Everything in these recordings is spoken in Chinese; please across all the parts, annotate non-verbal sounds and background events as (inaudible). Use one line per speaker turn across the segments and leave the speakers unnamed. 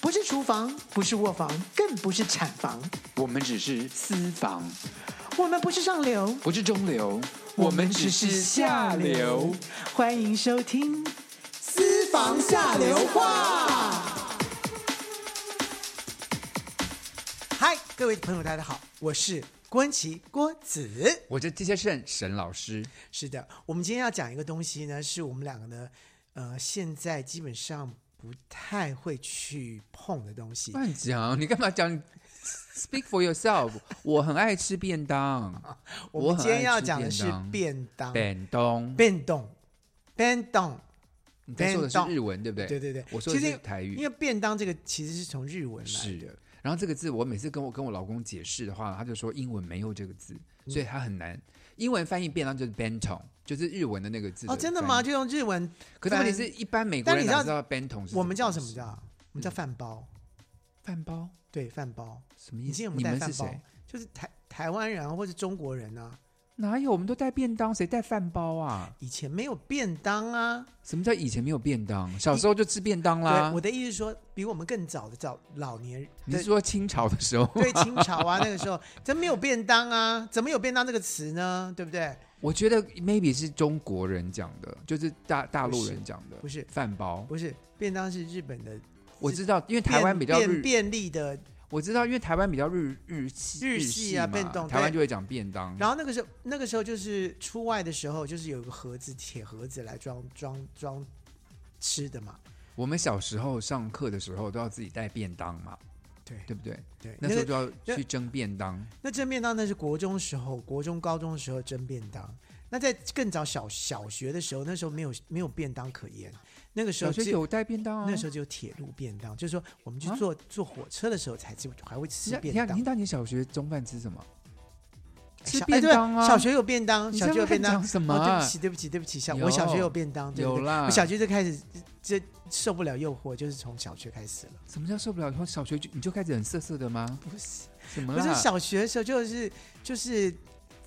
不是厨房，不是卧房，更不是产房，
我们只是私房，
我们不是上流，
不是中流，我们只是下流。。
欢迎收听《
私房下流话。
嗨，各位朋友，大家好，我是郭文琪郭子。
我这这些圣沈老师，
是的，我们今天要讲一个东西呢，是我们两个呢，呃，现在基本上不太会去碰的东西。
乱 (laughs) 讲，你干嘛讲？Speak for yourself。我很爱吃便
啊
当，
我们今天
很爱
要
吃
讲的是
便
便当
当，，便当。
便当，便当。
你在说的
便当
是日文对不对？
对对对，
我说的
其
是
实
台
因
语。
为便当这个其实是从日文来
是
的，
然后这个字，我每次跟我跟我老公解释的话，他就说英文没有这个字，
嗯
所以他很难。英文翻译便当就是 bento，就是日文的那个字
哦，真的吗？
翻译
就用日文，
可是问题是一般美国
但
人
你知道
哪知道 bento 是
我们叫
东
什么
西
叫？我们叫饭包，
饭包？
对，饭包。
什么
你
意
今
思？
天有
你
没有带
们是
饭包
谁？？
就是台台湾人啊，或是中国人啊，
哪有？我们都带便当，谁带饭包啊？
以前没有便当啊。
什么叫以前没有便当？
(laughs)
小时候就吃便当啦
对，我。的意思是说，比我们更早的早老年
啊你是
的
说清朝的时候？
(laughs)
(laughs)
对清朝啊， (laughs) 那个时候真没有便当啊，怎么有便当这个词呢？对不对？
我觉得 maybe 是中国人讲的，就是大大
不
陆
是
人讲的
不是
饭包。
不是，便当是日本的
我知道，因为台湾比较
便便
日，
便利的
我知道，因为台湾比较日日系
日系
系
啊
嘛
便当
台湾
对
就会讲便当。
然后那个时候，那个时候就是出外的时候，就是有一个盒子，铁盒子来装装装吃的嘛。
我们小时候上课的时候都要自己带便当嘛，
对
对不对？
对，
那
那
时候
个
就要去蒸便当。
那蒸便当那是国中时候，国中高中的时候蒸便当。那在更早小小学的时候，那时候没有没有便当可言，那个时
小
候
学
只
有带便当啊，
那时候只有铁路便当，就是说我们去
啊
坐、坐火车的时候才吃，还会吃
你
便
看，
当
你。到你小学中饭吃什么？吃
小
便当
哎对
啊！
小学有便当，
你
小
在
学有便
乱
当
讲。什么
哦，对
啊？
不起，对不起，对不起，小我
有
小学有便当，对不
有
对？
啦，
我小学就开始这受不了诱惑，就是从小学开始了。
什么叫受不了？从小学就你就开始很色色的吗？
不是，
什么
不
啦？
是小学的时候就是就是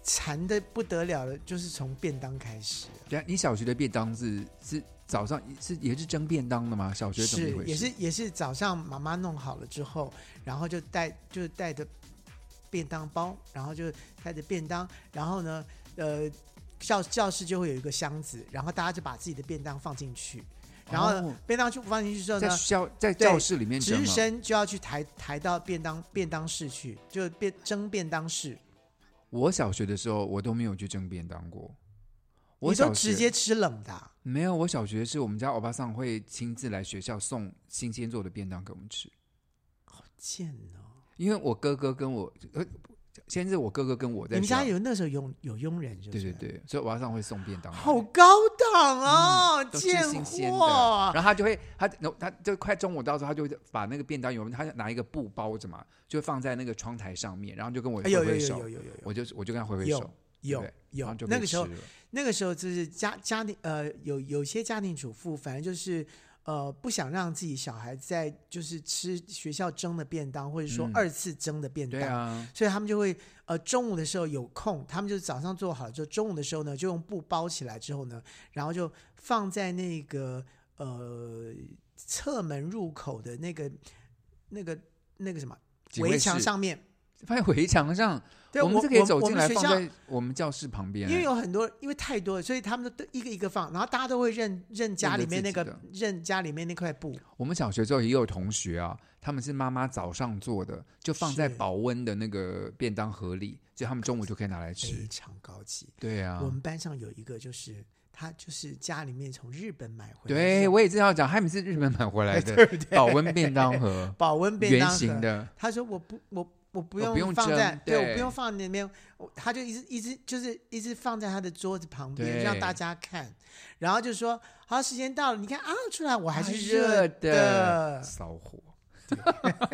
馋的不得了的，就是从便当开始。
等下你小学的便当是是早上是也是蒸便当的吗？小学怎么一
是
回事？
也是也是早上妈妈弄好了之后，然后就带就带着便当包，然后就带着便当，然后呢，呃，教教室就会有一个箱子，然后大家就把自己的便当放进去，然后呢、
哦
便当就放进去之后
在
呢，
校在
啊对
教室里面蒸
值
吗？
生就要去抬抬到便当便当室去，就便蒸便当室，
我小学的时候我都没有去蒸便当过。我
你都
小学
直接吃冷的啊、
没有，我小学是我们家欧巴桑会亲自来学校送新鲜做的便当给我们吃。
贱哦！
因为我哥哥跟我，呃，先是我哥哥跟我在
你们
学校
家有那时候有有佣人就是，
对对，对，所以晚上会送便当来，
好高档啊，
嗯都吃
贱
新鲜的。
货啊
然！后他就会，他他就快中午到时候，他就会把那个便当有他拿一个布包着嘛，就放在那个窗台上面，然后就跟我
哎
挥
有有
挥
有
手，
有有有
我就我就跟他挥挥
有
手，
有
对不对然
有
后就可以
那个时候
吃了
那个时候就是家家庭呃有有些家庭主妇，反正就是呃不想让自己小孩在就是吃学校蒸的便当，或者说
嗯
二次蒸的便当，
对啊，
所以他们就会呃中午的时候有空，他们就早上做好了之后，中午的时候呢就用布包起来之后呢，然后就放在那个呃侧门入口的那个那个那个什么
警卫
围墙
室
上面。
放在围墙上，
对，我
们是可以走
我
进来
我们学
放
校
在我们教室旁边，
因为有很多，因为太多了，所以他们都一个一个放，然后大家都会认认家里面那个
认得自
认家里面那块布，
我们小学之后也有同学啊，他们是妈妈早上做的，就放在
是
保温的那个便当盒里，所以他们中午就可以拿来
非
吃。
常高级。
对啊
哎我，们班上有一个，就是他就是家里面从日本买回来的，
对，我也正要讲，他们是日本买回
(laughs)
来的保温便当盒，
保温 (laughs) 便
圆
当盒
形。的，
他说我不我。我不
我
用
不用
放在，
蒸
对我
对
不用放那边，我他就一直一直就是一直放在他的桌子旁边
对
让大家看，然后就说好时间到了，你看啊出来我还是
啊
热
的，烧火。
(laughs)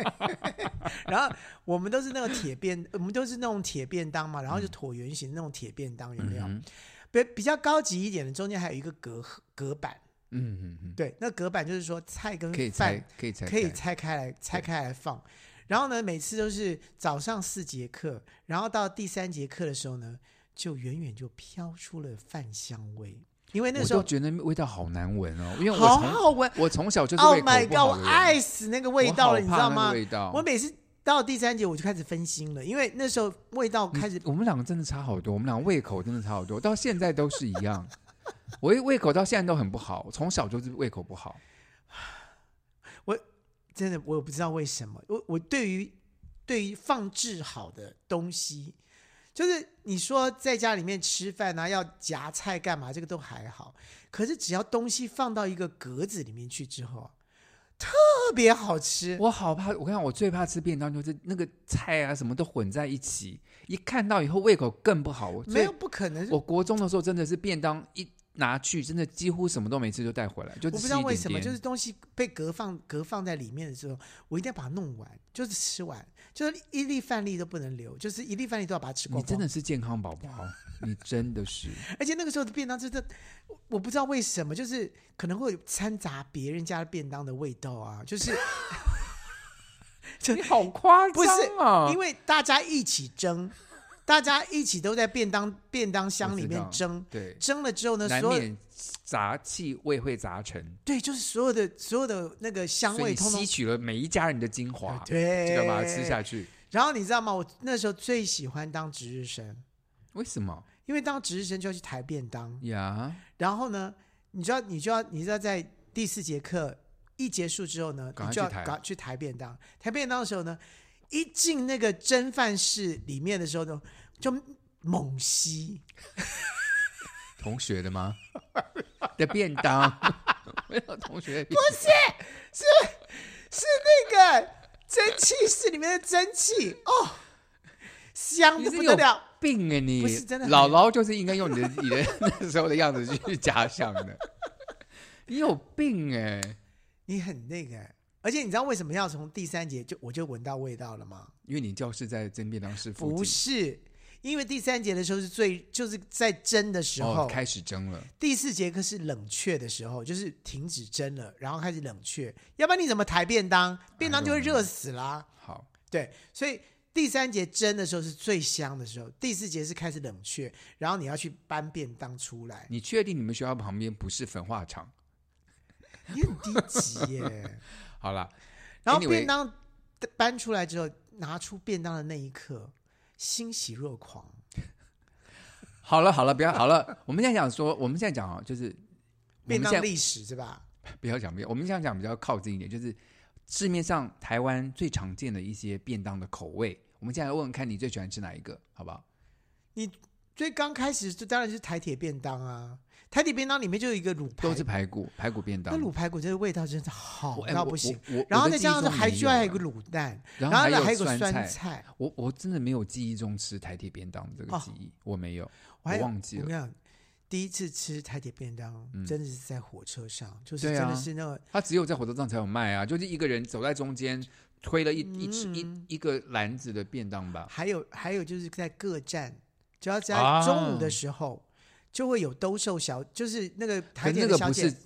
然后我们都是那个铁便，呃我们都是那种铁便当嘛，然后就椭圆形那种铁便当，有没有？
嗯嗯哼
比比较高级一点的，中间还有一个隔隔板，
嗯嗯嗯，
对，那隔板就是说菜跟
可以拆
饭，
可以拆，
可以拆开来拆开来放。然后呢，每次都是早上四节课，然后到第三节课的时候呢，就远远就飘出了饭香味。因为那
我
时候
都觉得那味道好难闻哦，因为我
好
从
好闻
我从小就是
，Oh
胃口
my
不
god，
好
我
的人
爱死那个味道了，
我
你
好
知
怕
道
那个
吗？
味道，
我每次到第三节我就开始分心了，因为那时候味道
你
开始
我们两个真的差好多，我们俩胃口真的差好多，到现在都是一样。
(laughs)
我胃口到现在都很不好，从小就是胃口不好。
真的，我也不知道为什么，我我对于对于放置好的东西，就是你说在家里面吃饭啊，要夹菜干嘛，这个都还好，可是只要东西放到一个格子里面去之后，啊特别好吃。
我好怕，我跟你讲，我最怕吃便当就是那个菜啊什么都混在一起，一看到以后胃口更不好。我
没
最
有，不可能，
我国中的时候真的是便当一拿去，真的几乎什么都没吃就带回来，就
我
只
不知
吃
道
一
为
点
什么，
点
就是东西被隔放隔放在里面的时候，我一定要把它弄完，就是吃完，就是一粒饭粒都不能留，就是一粒饭粒都要把它吃光
你真
光。
的是健康宝宝，你真的
(laughs)
是。
而且那个时候的便当真的，我我不知道为什么，就是可能会有掺杂别人家的便当的味道啊，就是
你好夸
不是
张啊！
因为大家一起蒸，大家一起都在便当便当箱里面
我知道
蒸，
对，
蒸了之后呢，
难
所有
免杂气胃会杂陈，
对，就是所有的所有的那个香
所以
味
你
通通
吸取了每一家人的精华，
对，
这个把它吃下去。
然后你知道吗？我那时候最喜欢当值日生，
为什么
因为当值日生就要去抬便当，
呀？
然后呢，你就要你就要你就要在第四节课一结束之后呢，
赶快
你就要
去抬
赶快去抬便当。抬便当的时候呢，一进那个蒸饭室里面的时候呢，就猛吸，
同学的吗？的便当， (laughs) 没有同学的便
是那 (laughs) 个蒸汽室里面的蒸汽哦，香
你
的
是
不
有
得了。
病啊你！
不是真的很
姥姥就是应该用你的你 (laughs) 的那时候的样子去假想的。 (laughs) 你有病哎、
你很那个，而且你知道为什么要从第三节就我就闻到味道了吗？
因为你教室在蒸便当室附近，
不是，因为第三节的时候是最就是在蒸的时候，
哦，开始蒸了。
第四节课是冷却的时候，就是停止蒸了，然后开始冷却，要不然你怎么抬便当？便当就会热死啦。
好，
对，所以第三节蒸的时候是最香的时候，第四节是开始冷却，然后你要去搬便当出来，
你确定你们学校旁边不是焚化厂？
你很低级耶。
好啦，
然后
(laughs) Anyway
便当搬出来之后，拿出便当的那一刻，欣喜若狂。
好了好了，不要好了。我们现在讲说，我们现在讲啊，就是我
便
们现
当
在
历史是吧？
不要讲不要，我们现在讲比较靠近一点，就是市面上台湾最常见的一些便当的口味。我们现在来问问看你最喜欢吃哪一个，好不好？
最刚开始就当然是台铁便当啊，台铁便当里面就有一个卤排
都是，排骨，排骨便当
那。卤排骨真的味道真的好
我哎
到
我
不行。
我我
然后
我的
再加上
记忆中
还
没
居然还有
有啊
一个卤蛋，然
然后还
呢
有
还有个
酸
酸
菜
菜，
我我真的没有记忆中吃台铁便当这个
哦
记忆，我没有，
我还有
忘记
我
了嗯
跟。你讲，第一次吃台铁便当，真的是在火车上，就是
对
真
啊
的是那个
它只有在火车站才有卖啊，就是一个人走在中间推了一一只
嗯
一一个篮子的便当吧。
还有还有就是在各站，只要在
啊
中午的时候，就会有兜售小，就是那个
可
台铁
是那个
的小
不
姐
是，，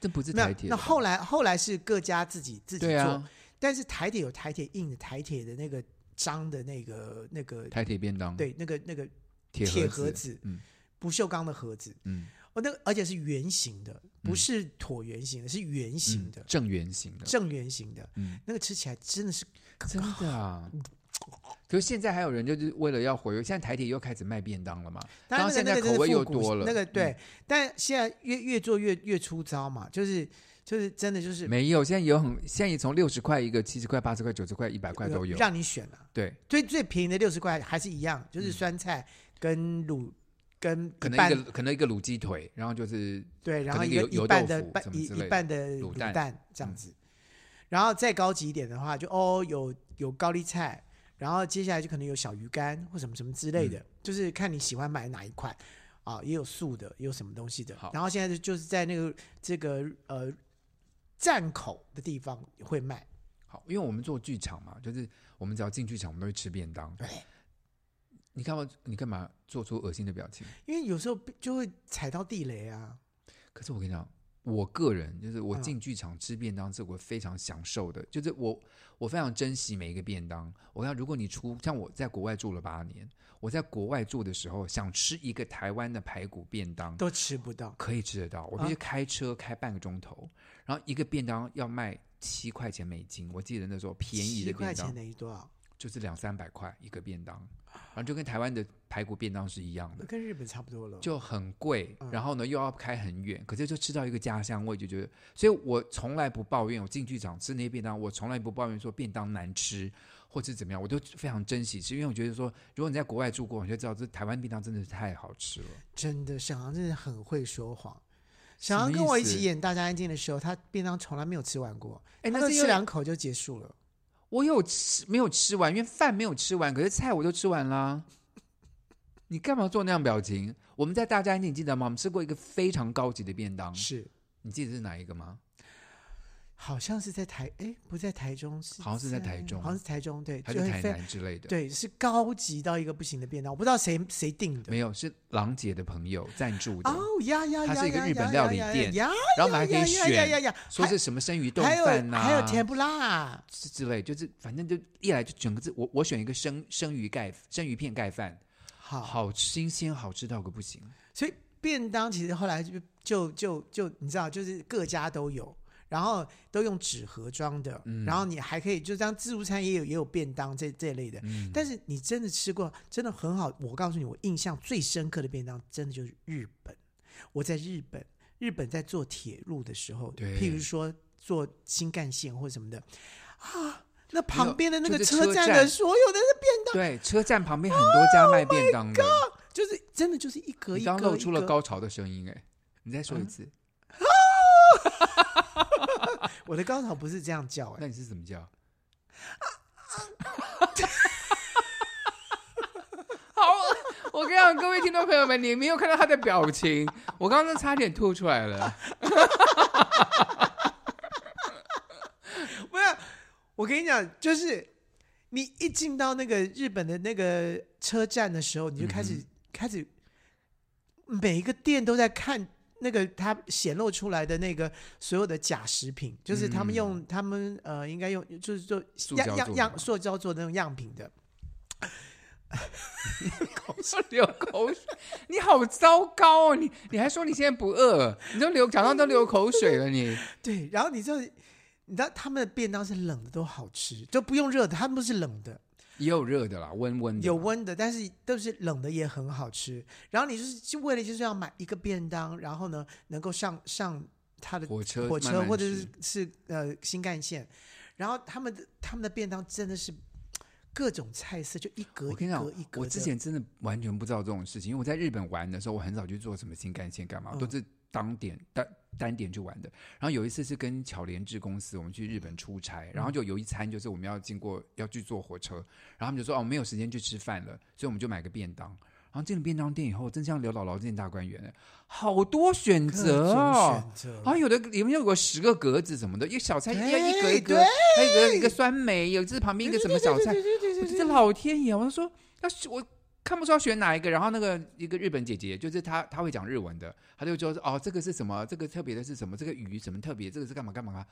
这不是
没
台
有。
铁的
那
吧。
后来后来是各家自己自己
对
做，
啊，
但是台铁有台铁印的台铁的那个章的那个那个
台铁便当，，
对那个那个
铁
铁
盒
盒子
嗯
不锈钢的盒子，
嗯，
哦，那个而且是圆形的，不是椭圆形的，是圆形的
嗯，正圆形的，
正圆形的。
嗯，
那个吃起来真的是，
真的啊。可是现在还有人就是为了要活跃，现在台铁又开始卖便当了嘛？
当然那个
然现
那
在
个真
口
的
味又
复古
多了，嗯
那个对，但现在越越做越越粗糙嘛，就是就是真的就是
没有，现在有很，现在也从六十块一个、七十块、八十块、九十块、一百块都有。
让你选了、
对，
最最便宜的六十块还是一样，就是酸菜跟卤跟
嗯可
一
能一
半
个可能一个卤鸡腿，然后就是
对，然后
可能
一个
有
一
油
半
豆
的
腐
半
什么
一
之
一
类
半的
卤
卤
蛋嗯
蛋这样子，然后再高级一点的话，就哦有有高丽菜，然后接下来就可能有小鱼干或什么什么之类
嗯
的，就是看你喜欢买哪一款啊，也有素的，也有什么东西的
好。
然后现在就是在那个这个呃站口的地方会卖，
好，因为我们做剧场嘛，就是我们只要进剧场，我们都会吃便当。
对，
你干嘛？你干嘛做出恶心的表情？
因为有时候就会踩到地雷啊。
可是我跟你讲，我个人就是我
嗯
进剧场吃便当是我非常享受的，就是我我非常珍惜每一个便当。我看如果你出像我在国外住了八年，我在国外住的时候想吃一个台湾的排骨便当，
都吃不到，
可以吃得到，我
嗯
必须开车开半个钟头，然后一个便当要卖七块钱美金，我记得那时候便宜
七
的
块
便
钱
当
等于多少？
就是两三百块一个便当，然后就跟台湾的排骨便当是一样的，
跟日本差不多了。
就很贵
嗯，
然后呢又要开很远，可是就吃到一个家乡味，就觉得，所以我从来不抱怨，我进剧场吃那些便当，我从来不抱怨说便当难吃或是怎么样，我都非常珍惜吃，因为我觉得说，如果你在国外住过，你就知道这台湾便当真的是太好吃了。
真的，沈航真的很会说谎。
什
沈
么
航跟我
意
一
思
起演《大家安静》的时候，他便当从来没有吃完过，
哎，
他
那
就是
因
吃
为
两口就结束了。
我有吃没有吃完，因为饭没有吃完，可是菜我都吃完啦。你干嘛做那样表情？我们在大家安静，你记得吗？我们吃过一个非常高级的便当，
是，
你记得是哪一个吗？
好像是在台，哎，不是在台中，是
好像是在台中
好像是台中，对，
还
就是
台
非
南之类的？
对，是高级到一个不行的便当，我不知道谁谁订的
没。有，是郎姐的朋友赞助的，
哦呀呀呀！
它是一个
呀
日
呀
本
呀
料理
呀
店
呀
然后我们还可以
呀呀呀呀
选，
呀，
说是什么生鱼冻
还有
饭啊呐、
还有甜不辣，
之之类，就是反正就一来就整个字，我我选一个生生鱼盖生鱼片盖饭，
好，
好新鲜，好吃到个不行。
所以便当其实后来就就就就你知道，就是各家都有。然后都用纸盒装的，
嗯
然后你还可以就当自助餐也有也有便当这这类的，
嗯
但是你真的吃过真的很好，我告诉你，我印象最深刻的便当真的就是日本。我在日本，日本在做铁路的时候，
对
譬如说做新干线或什么的啊，那旁边的那个
就是
车
车
站
站
的所有的
对，车站旁边很多家卖便当的，
就是真的就是一格
你
一格
刚露
一
出了
格，
高潮的声音，哎，你再说一次，
我的高潮不是这样叫哎、
那你是怎么叫？ (laughs) 好，我跟你讲，各位听众朋友们，你没有看到他的表情，我刚刚差点吐出来了。
不是，我跟你讲，就是你一进到那个日本的那个车站的时候，你就开始、
嗯
开始每一个店都在看那个它显露出来的那个所有的假食品，就是他们用、他们呃应该用就是做
嗯塑
样
胶做
样
的
样
嘛
塑胶做的那种样品的，
流口水，你好糟糕哦！你你还说你现在不饿，你都流讲到都流口水了你。
对，然后你就你知道他们的便当是冷的都好吃，就不用热的，他们是冷的。
也有热的啦，温温的。
有温的，但是都是冷的也很好吃。然后你就是就为了就是要买一个便当，然后呢能够上上他的
火车
火
慢
车
慢
或者
吃
是是呃新干线，然后他们的他们的便当真的是各种菜色，就一格
我
一
跟你讲
格一，格
我
的。
之前真的完全不知道这种事情，因为我在日本玩的时候，我很少去做什么新干线干嘛，
嗯
都是当点单单点去玩的。然后有一次是跟巧莲智公司，我们去日本出差，然
嗯
后就有一餐就是我们要经过要去坐火车，然后他们就说哦没有时间去吃饭了，所以我们就买个便当。然后进了便当店以后，真像刘姥姥进大观园哎，好多选
各
择
种
哦
选。择，
啊，有的里面有个十个格子什么的，一个小菜一
对
一格一格
对，
还有一个一个酸梅，有就是旁边一个什么小菜，我
嗯
觉得老天爷，我就说要是我看不出要选哪一个。然后那个一个日本姐姐，就是她，她会讲日文的，她就说哦，这个是什么，这个特别的是什么，这个鱼什么特别，这个是干嘛干嘛啊。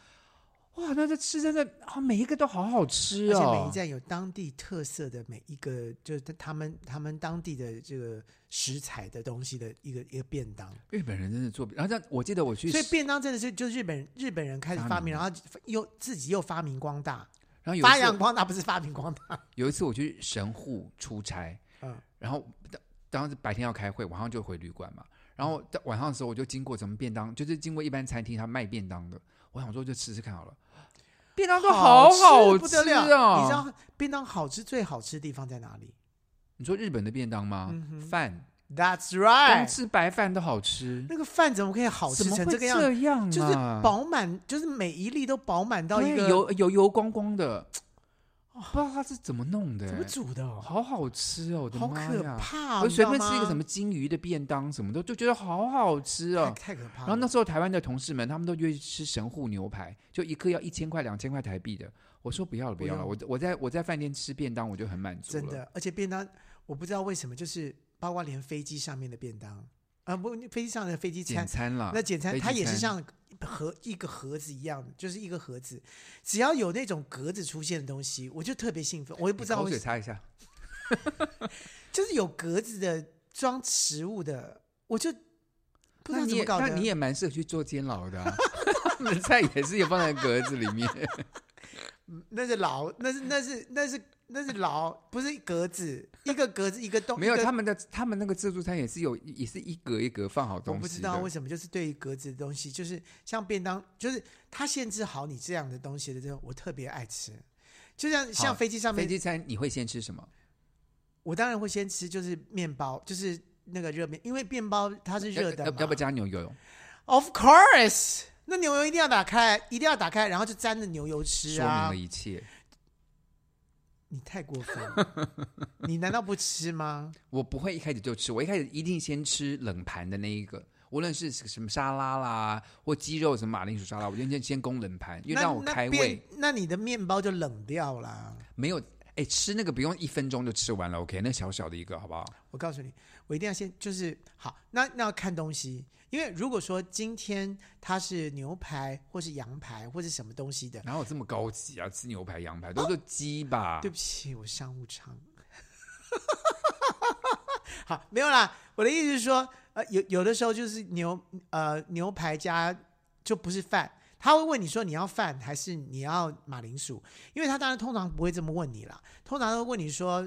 哇，那这吃真的啊，每一个都好好吃
而且
哦
每一！站有当地特色的每一个，就是他们他们当地的这个食材的东西的一个一个便当。
日本人真的做不，然后这样我记得我去，
所以便当真的是就是日本日本人开始发明，然后又自己又发明光大，
然后有
发
一
扬
次
光大不是发明光
(laughs)
大，
有一次我去神户出差，
嗯，
然后当当时白天要开会，晚上就回旅馆嘛。然后
嗯
到晚上的时候，我就经过什么便当，就是经过一般餐厅，他卖便当的。我想说就吃吃看好了，便当都好好
吃不得了。
哦！
你知道便当好吃最好吃的地方在哪里
你说日本的便当吗？
嗯
饭
？That's
光
right，
吃白饭都好吃，
那个饭怎么可以哎好吃
怎么
成
会
个样？
这样啊？
就是饱满，就是每一粒都饱满到一
对
个哦
油油油光光的，不知道他是怎么弄的、欸
怎么煮的哦，
好好吃哦！我的
好
妈
可
呀！
怕哦！
我
你
随
知道
便吃一个
吗
什么金鱼的便当什么的，就觉得好好吃哦
太。太可怕了。
然后那时候台湾的同事们，他们都约去吃神户牛排，就一克要一千块、两千块台币的。我说不要了，不要了，
不
我我在我在饭店吃便当，我就很满足了。
真，的，而且便当我不知道为什么，就是包括连飞机上面的便当，啊不，飞机上的飞机餐
简，餐了，
那简餐
飞
它
机
也是
餐
像盒一个盒子一样的，就是一个盒子，只要有那种格子出现的东西，我就特别兴奋，我也不
你
知道
口
为
水
什么，
擦一下，
就是有格子的装食物的，我就不知
那
道
你
怎
也
么搞
那
的。
你也蛮适合去做监牢的、啊， (laughs) 那菜也是也放在格子里
(laughs)
面，
那是牢，那是那是那是那是牢，不是格子，一个格子一个洞，
没有
一个
他们的他们那个自助餐也是有也是一格一格放好
我
东西
不
的，
知道为什么，就是对于格子的东西，就是像便当，就是它限制好你这样的东西的这种，我特别爱吃。就像像飞机上
飞
面，
机餐你会先吃什么？
我当然会先吃就是面包，就是那个热面，因为面包它是热的
要
嘛
要不要加牛油？
Of course，那牛油一定要打开，一定要打开，然后就沾着牛油吃
说明
啊
了！一切。
你太过分了，你难道不吃吗？
我不会一开始就吃，我一开始一定先吃冷盘的那一个，无论是什么沙拉啦，或鸡肉什么马铃薯沙拉，我先先先攻冷盘，因为
那
让我开
那
胃
便。那你的面包就冷掉啦。
没有，哎，吃那个不用一分钟就吃完了，OK，那小小的一个好不好？
我告诉你，我一定要先就是好，那那要看东西，因为如果说今天它是牛排或是羊排或是什么东西的，
哪有这么高级啊？吃牛排、羊排都是鸡吧？
啊对不起，我商务舱。 (laughs) 好，没有啦，我的意思是说，呃，有有的时候就是牛呃牛排加就不是饭，他会问你说你要饭还是你要马铃薯，因为他当然通常不会这么问你啦，通常都会问你说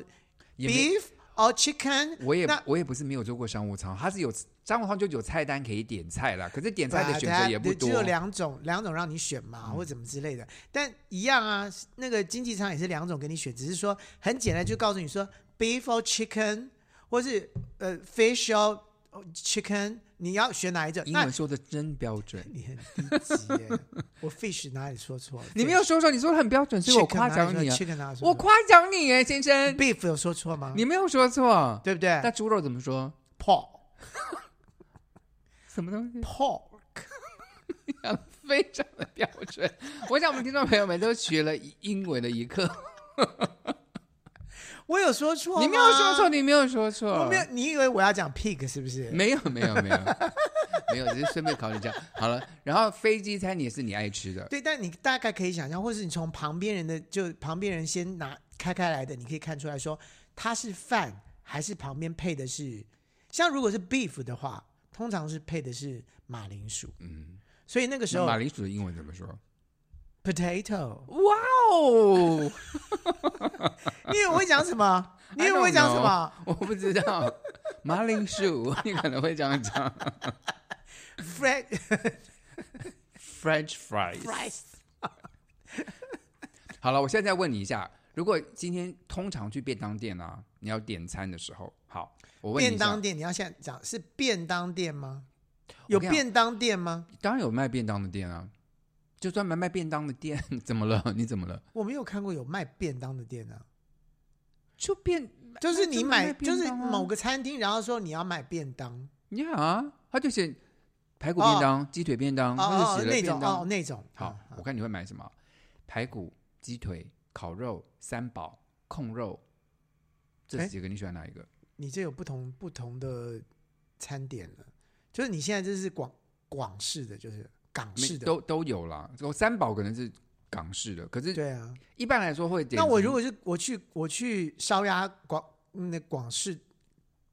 也没
beef or chicken，
我也
那
我也不是没有做过商务舱，它是有商务舱就有菜单可以点菜啦，可是点
啊
菜的选择也不多嗯
只。有两种，两种让你选嘛，或怎么之类的。但一样啊，那个经济舱也是两种给你选，只是说很简单，就告诉你说 beef or chicken，或是呃 fish or chicken，你要选哪一种？
英
那
文说的真
(laughs)
标准，
你很低级耶，我 fish 哪里说错了？
你没有说说，你说的很标准，所以我
Chicken
夸
哪里
奖
说
你啊，
，chicken 哪里说
我
错
夸奖你哎，先生，
beef 有说错吗？
你没有说错。
对不对
那猪肉怎么说？
？pork
什么东西？
pork，
非常的标准。我想我们听众朋友们都学了英文的一课，
我有说错？
你没有说错，，你没有说错，
我没有。你以为我要讲 pig 是不是？
没有没有没有没有，只是顺便考虑一下。好了，然后飞机餐也是你爱吃的，
对，但你大概可以想象，或是你从旁边人的就旁边人先拿开开来的，你可以看出来说它是饭还是旁边配的是，像如果是 beef 的话，通常是配的是马铃薯，
嗯。
所以那个时
那
候
马铃薯的英文怎么说？
potato，
哇哦，
你以为我会讲什么？你以为我会讲什么？？
我不知道，马铃薯，你可能会这样讲
？French
，French fries。
fries，
好了，我现在再问你一下，如果今天通常去便当店啊，你要点餐的时候，好，我问你
便
一下
当，店，你要现在讲是便当店吗？有
跟你讲
便当店吗？
当然有卖便当的店啊，就专门卖便当的店，怎么了？你怎么了？
我没有看过有卖便当的店啊，
就便
就是你买，就
啊专门卖
是
便当啊
某个餐厅，然后说你要买便当。
你好啊，他就写排骨便当、鸡腿便当，
哦
他
哦
就写了
那
便
种
当。
哦那种
好，我看你会买什么？排骨、鸡腿、烤肉、三宝、控肉，这
哎
几个你喜欢哪一个？
你这有不同不同的餐点了，就是你现在这是广广式的，就是港
没
式的，
都都有啦。我三宝可能是港式的，可是
对啊。
一般来说会点什
那
么。
我如果是我去我去烧鸭广嗯那广式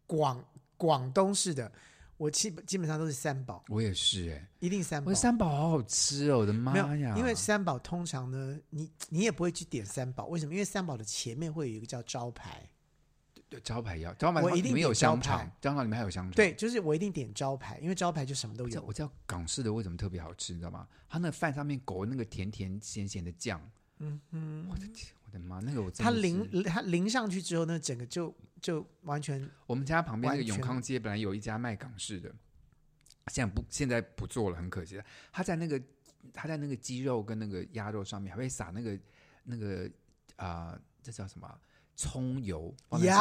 广广东式的，我基本基本上都是三宝，
我也是哎、
一定三
我
宝
觉得。三宝好好吃哦，我的妈
没有
呀！，
因为三宝通常呢，你你也不会去点三宝，为什么？因为三宝的前面会有一个叫招牌，
对招牌要招牌，
我一定
里面有
点招
香
牌
肠，香肠里面还有香肠。
对，就是我一定点招牌，因为招牌就什么都
我知道，
有。
我知道港式的为什么特别好吃，你知道吗？它那饭上面裹那个甜甜咸咸的酱，嗯哼，我的天，我的妈，那个我真
它
的是
淋它淋上去之后呢，整个就就完全
我们家旁边那个
完全
永康街本来有一家卖港式的，现在不现在不做了，很可惜。他在那个他在那个鸡肉跟那个鸭肉上面还会撒那个那个啊、这叫什么啊葱油放在上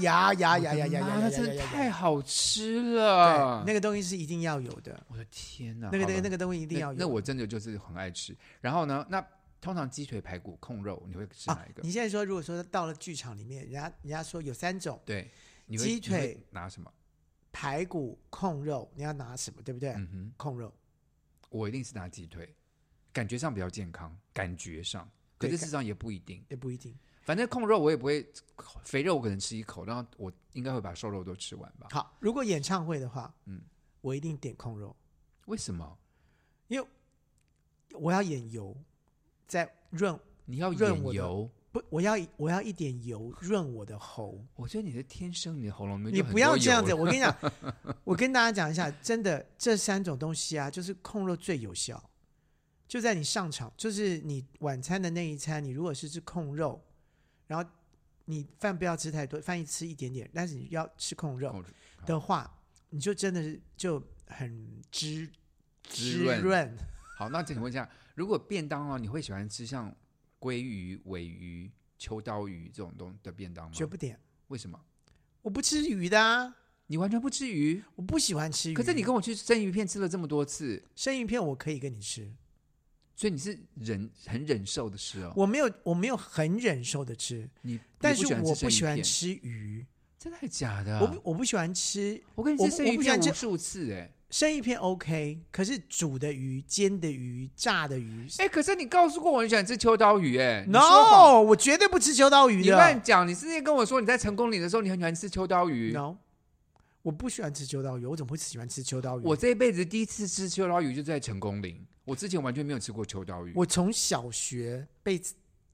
呀呀呀呀呀呀
我的
呀！
妈那
呀
真的
呀呀
太好吃
对
了，
那个东西是一定要有的，
我的天哪，
那个
好
那
了
个那个东西一定要有。
那那我真的就是很爱吃。然后呢，那通常鸡腿、排骨、控肉，你会吃
啊
哪一，个？
你现在说，如果说到了剧场里面，人家人家说有三种
对，你会
鸡
你会
腿
拿什么？
排骨控肉，你要拿什么，对不对？
嗯哼，
控肉，
我一定是拿鸡腿，感觉上比较健康，感觉上，可
对
是
感
事实上也不一定。
也不一定。
反正控肉我也不会，肥肉我可能吃一口，然后我应该会把瘦肉都吃完吧？
好，如果演唱会的话，
嗯
嗯，我一定点控肉，
为什么？
因为我要演油，在润
你要
润
眼
我的
油？
不，我要我要一点油润我的喉。
我觉得你的天生，你的喉咙里面
你
就很
不要
多
这样
油 (laughs)
子，
了
我跟你讲，我跟大家讲一下，真的这三种东西啊，就是控肉最有效，就在你上场，就是你晚餐的那一餐，你如果是吃控肉，然后你饭不要吃太多，饭一吃一点点，但是你要吃控肉
控制
的话，你就真的是就很滋
滋
滋
润
润，
好，那请问一下，如果便当哦，你会喜欢吃像鲑鱼、尾鱼、秋刀鱼这种东的便当吗？
绝不点。
为什么？
我不吃鱼的啊，
你完全不吃鱼，
我不喜欢吃鱼。
可是你跟我去生鱼片吃了这么多次，
生鱼片我可以跟你吃，
所以你是忍很忍受的吃哦。
我没有我没有很忍受的吃，
你
但是我不
不
喜
喜欢
欢
吃生鱼片，
吃鱼。
真的还假的？
我不我不喜欢吃
我跟你
我
吃
不
生
我
鱼
不喜欢
片
吃
无数次哎、
生鱼片 OK，可是煮的鱼、煎的鱼、炸的鱼
哎、可是你告诉过我你喜欢吃秋刀鱼哎、你
(laughs)
说谎
，No，我绝对不吃秋刀鱼
你
的。
乱讲，你之前跟我说你在成功岭的时候你很喜欢吃秋刀鱼。
No，我不喜欢吃秋刀鱼，我怎么会喜欢吃秋刀鱼？
我这一辈子第一次吃秋刀鱼就在成功岭，我之前完全没有吃过秋刀鱼。
我从小学被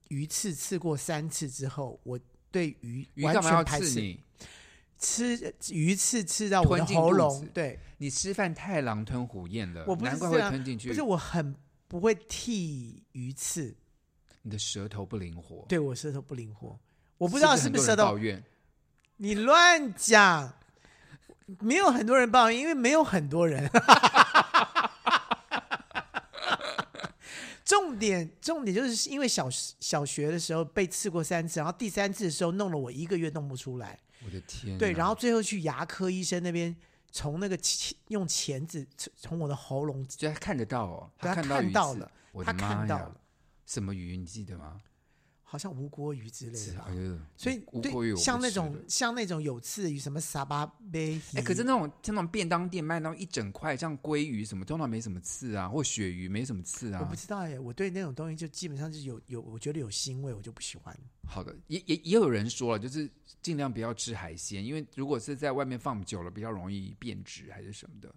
鱼刺刺过三次之后，我对鱼
鱼
完
干嘛要
全排
刺
斥。
你？
吃鱼刺刺到我的
吞进
喉
肚
咙
子，
对，
你吃饭太狼吞虎咽了，
我不是
难怪
这
会
样
吞进去。
不是我很不会剔鱼刺，
你的舌头不灵活，
对我舌头不灵活，我
我
不知道是不是舌头
抱怨。
你乱讲，没有很多人抱怨，因为没有很多人。 (laughs) 重点重点就是因为小小学的时候被刺过三次，然后第三次的时候弄了我一个月弄不出来，
我的天哪，
对，然后最后去牙科医生那边从那个钳用钳子从我的喉咙，
就他看得到哦，
对他
看到
看
鱼
到
刺
了，
我的
他
妈
看到
呀
了，
什么鱼你记得吗？
好像无锅鱼之类
是
的吧
哎，呦，
所以
乌龟鱼
对像那种
我不吃的。
像那种有刺的鱼，什么沙巴贝，
哎，可是那种像那种便当店卖到一整块，像鲑鱼什么，通常没什么刺啊，或鳕鱼没什么刺
我
啊
不。知道哎，我对那种东西就基本上就是有有，我觉得有腥味，我就不喜欢。
好的，也也也有人说了，就是尽量不要吃海鲜，因为如果是在外面放久了，比较容易变质还是什么的。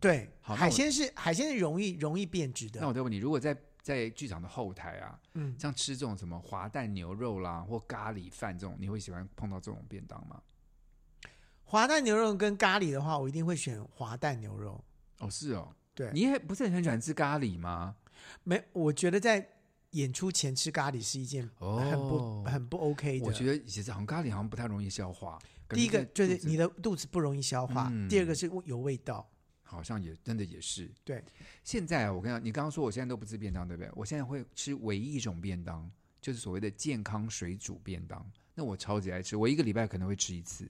对，
好那
海
我
鲜是海鲜是容易容易变质
那
的。
我再问你，如果在在剧场的后台啊，
嗯，
像吃这种什么滑蛋牛肉啦，或咖喱饭这种，你会喜欢碰到这种便当吗？
滑蛋牛肉跟咖喱的话，我一定会选滑蛋牛肉。
哦，是哦，
对，
你也不是很喜欢吃咖喱吗？
没，我觉得在演出前吃咖喱是一件
哦，
很不、很不 OK 的。
我觉得其实好像咖喱好像不太容易消化。
第一个
感觉
就是
在肚
你
子
的肚子不容易消化，
嗯
第二个是有味道。
好像也真的也是。
对，
现在啊我跟你讲，你刚刚说我现在都不吃便当，对不对？我现在会吃唯一一种便当，就是所谓的健康水煮便当。那我超级爱吃，我一个礼拜可能会吃一次。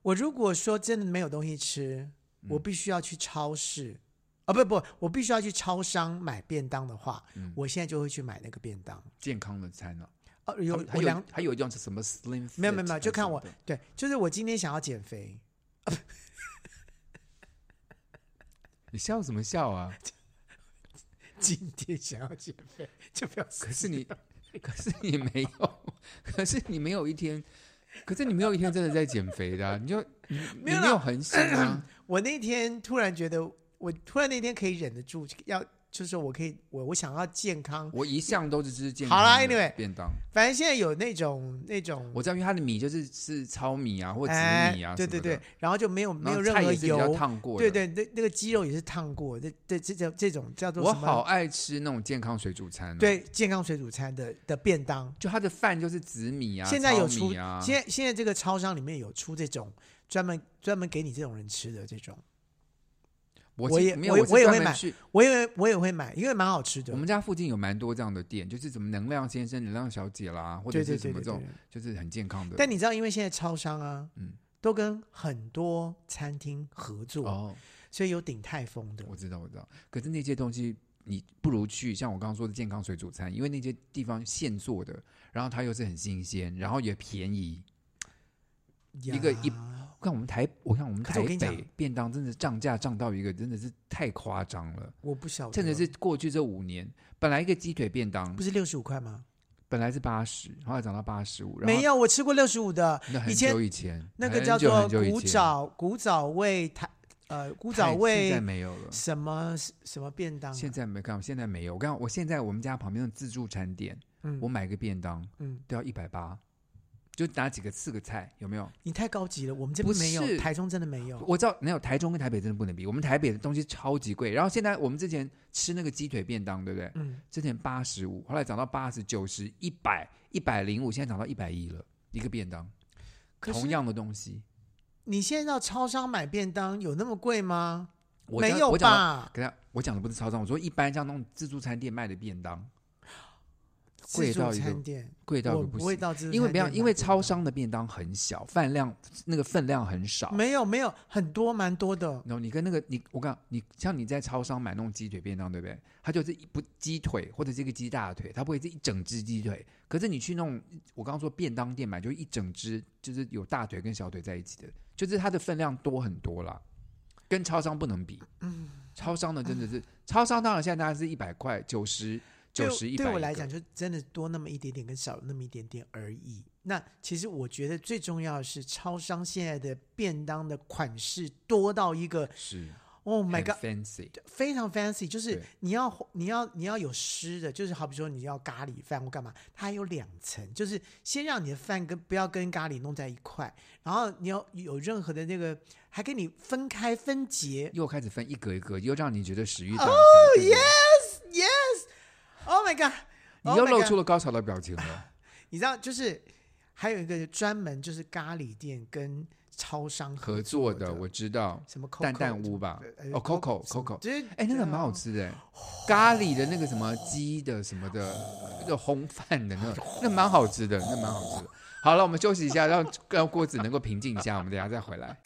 我如果说真的没有东西吃，
嗯
我必须要去超市。啊、不不，我必须要去超商买便当的话，
嗯
我现在就会去买那个便当。
健康的餐呢、
哦，有
还
我两
有还有一种是什么 slim？
没有没有
fit
没有，就
还是什
看
么
我
的
对，就是我今天想要减肥， (laughs)
你笑什么
(laughs)
笑啊？
今天想要减肥， (laughs) 就不要
可是你，
(laughs)
可是你没有，可是你没有一天，可是你没有一天真的在减肥的啊、你就你你
(laughs) 没
没
有啦
有恒心啊。
我那天突然觉得，我突然那天可以忍得住，要就是我可以，我我想要健康。
我一向都是吃健
好
康
啦
的
，anyway
便当，
反正现在有那种那种，
我知道，因为它的米就是是糙米啊或紫
哎
米啊、
对
什么
对
的
对，，然后就没有没
然
有
后
任
菜
何
也是比较
油，
烫过的。
对。对，那那个鸡肉也是烫过，这这这这这种叫做
我
什么？
好爱吃那种健康水煮餐、哦，，
对健康水煮餐的的便当，
就它的饭就是紫米啊，
现在有
糙
出
米啊，
现在现在这个超商里面有出这种专门专门给你这种人吃的这种。
我
我
是
也
没有，
我也
我是
我也
专
会
门
买
去
我也我也会买，因为蛮好吃的。
我们家附近有蛮多这样的店，就是什么能量先生、能量小姐啦，或者
对对
是
对
什么
对
这种
对，，
就是很健康的。
但你知道，因为现在超商啊，
嗯
都跟很多餐厅合作，
哦，
所以有鼎泰丰的。
我知道，我知道。可是那些东西，你不如去像我刚刚说的健康水煮餐，因为那些地方现做的，然后它又是很新鲜，然后也便宜。一个一
呀
看我们台，我看我们
可是
台
我跟你讲
北便当真的涨价涨到一个真的是太夸张了，
我不晓得，
真的是过去这五年，本来一个鸡腿便当
不是六十五块吗？
本来是八十，后来涨到八十五，然后
没有，我吃过六十五的，
那很
以前
久以前
那个
很
叫
久
做
很久以
古
前
早古早味台呃古
太
早
现在
味
没有了。
什么什么便当啊、
现在没看，现在没有。我刚我现在我们家旁边的自助餐店，
嗯
我买个便当
嗯，
都要一百八，就拿几个四个菜，有没有？
你太高级了，我们这
不
边没有，
是
台中真的没有。
我知道没有，台中跟台北真的不能比，我们台北的东西超级贵。然后现在我们之前吃那个鸡腿便当，对不对？
嗯，
之前八十五，后来涨到八十九十、一百、一百零五，现在涨到一百一了，一个便当，
可
同
是
样的东西。
你现在到超商买便当有那么贵吗？
我
没
讲
有
我讲的，
吧？
跟他我讲的不是超商，我说一般像那种自助餐店卖的便当，
自
贵
助
到一个
餐店，
贵到一
我
个
不
行
会。到自助餐店买便当，
因为不要，因为超商的便当很小，饭量那个分量很少。
没有没有很多蛮多的，
然后你跟那个你，我讲你，像你在超商买那种鸡腿便当，对不对？它就是一不鸡腿或者是一个鸡大腿，它不会是一整只鸡腿。可是你去那种我刚刚说便当店买，就是一整只，就是有大腿跟小腿在一起的，就是它的分量多很多啦，跟超商不能比。
嗯
超商的真的是，超商当然现在大概是一百块，九十
对
九十一百。
对我来讲，就真的多那么一点点跟少那么一点点而已。那其实我觉得最重要的是，超商现在的便当的款式多到一个
是
，Oh my
很
god，
fancy，
非常 fancy，就是
对
你要你要你要有湿的，就是好比说你要咖喱饭或干嘛，它还有两层，就是先让你的饭跟不要跟咖喱弄在一块，然后你要有任何的那个，还给你分开分解。
又开始分一格一格，又让你觉得食欲大开。
Oh
对不对
Oh my god！
你
Oh
又
my
露
god
出了高潮的表情了。
你知道，就是还有一个专门就是咖喱店跟超商
合
作
作的，我知道
什么 Coco,
蛋蛋屋吧
哎
呃，
哦，Coco
什么
Coco，
就是
哎，那个蛮好吃的，
啊
咖喱的那个什么鸡的什么的，那个烘饭的那
(laughs)
个，那蛮好吃的，那蛮好吃的。好了，我们休息一下，让让郭子能够平静一下，我们等一下再回来。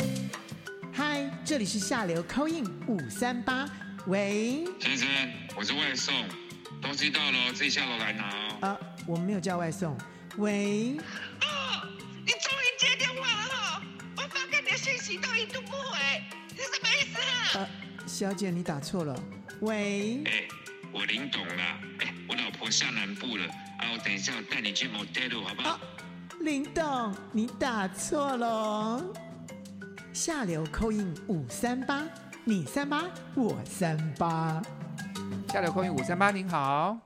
嗨，这里是下流 coin 五三八，喂，
先生，我是外送，东西到了哦自己下楼来拿哦。
啊，我们没有叫外送，喂。
哦，你终于接电话了哈、我发给你的讯息都一度不回，是什么意思啊？
呃，小姐，你打错了。喂，
哎、我林董啦，哎、我老婆下南部了，啊，我等一下我带你去 motel 好不好？
林董，你打错了哦。下流扣印五三八，你三八，我三八。
下流空运五三八，您好，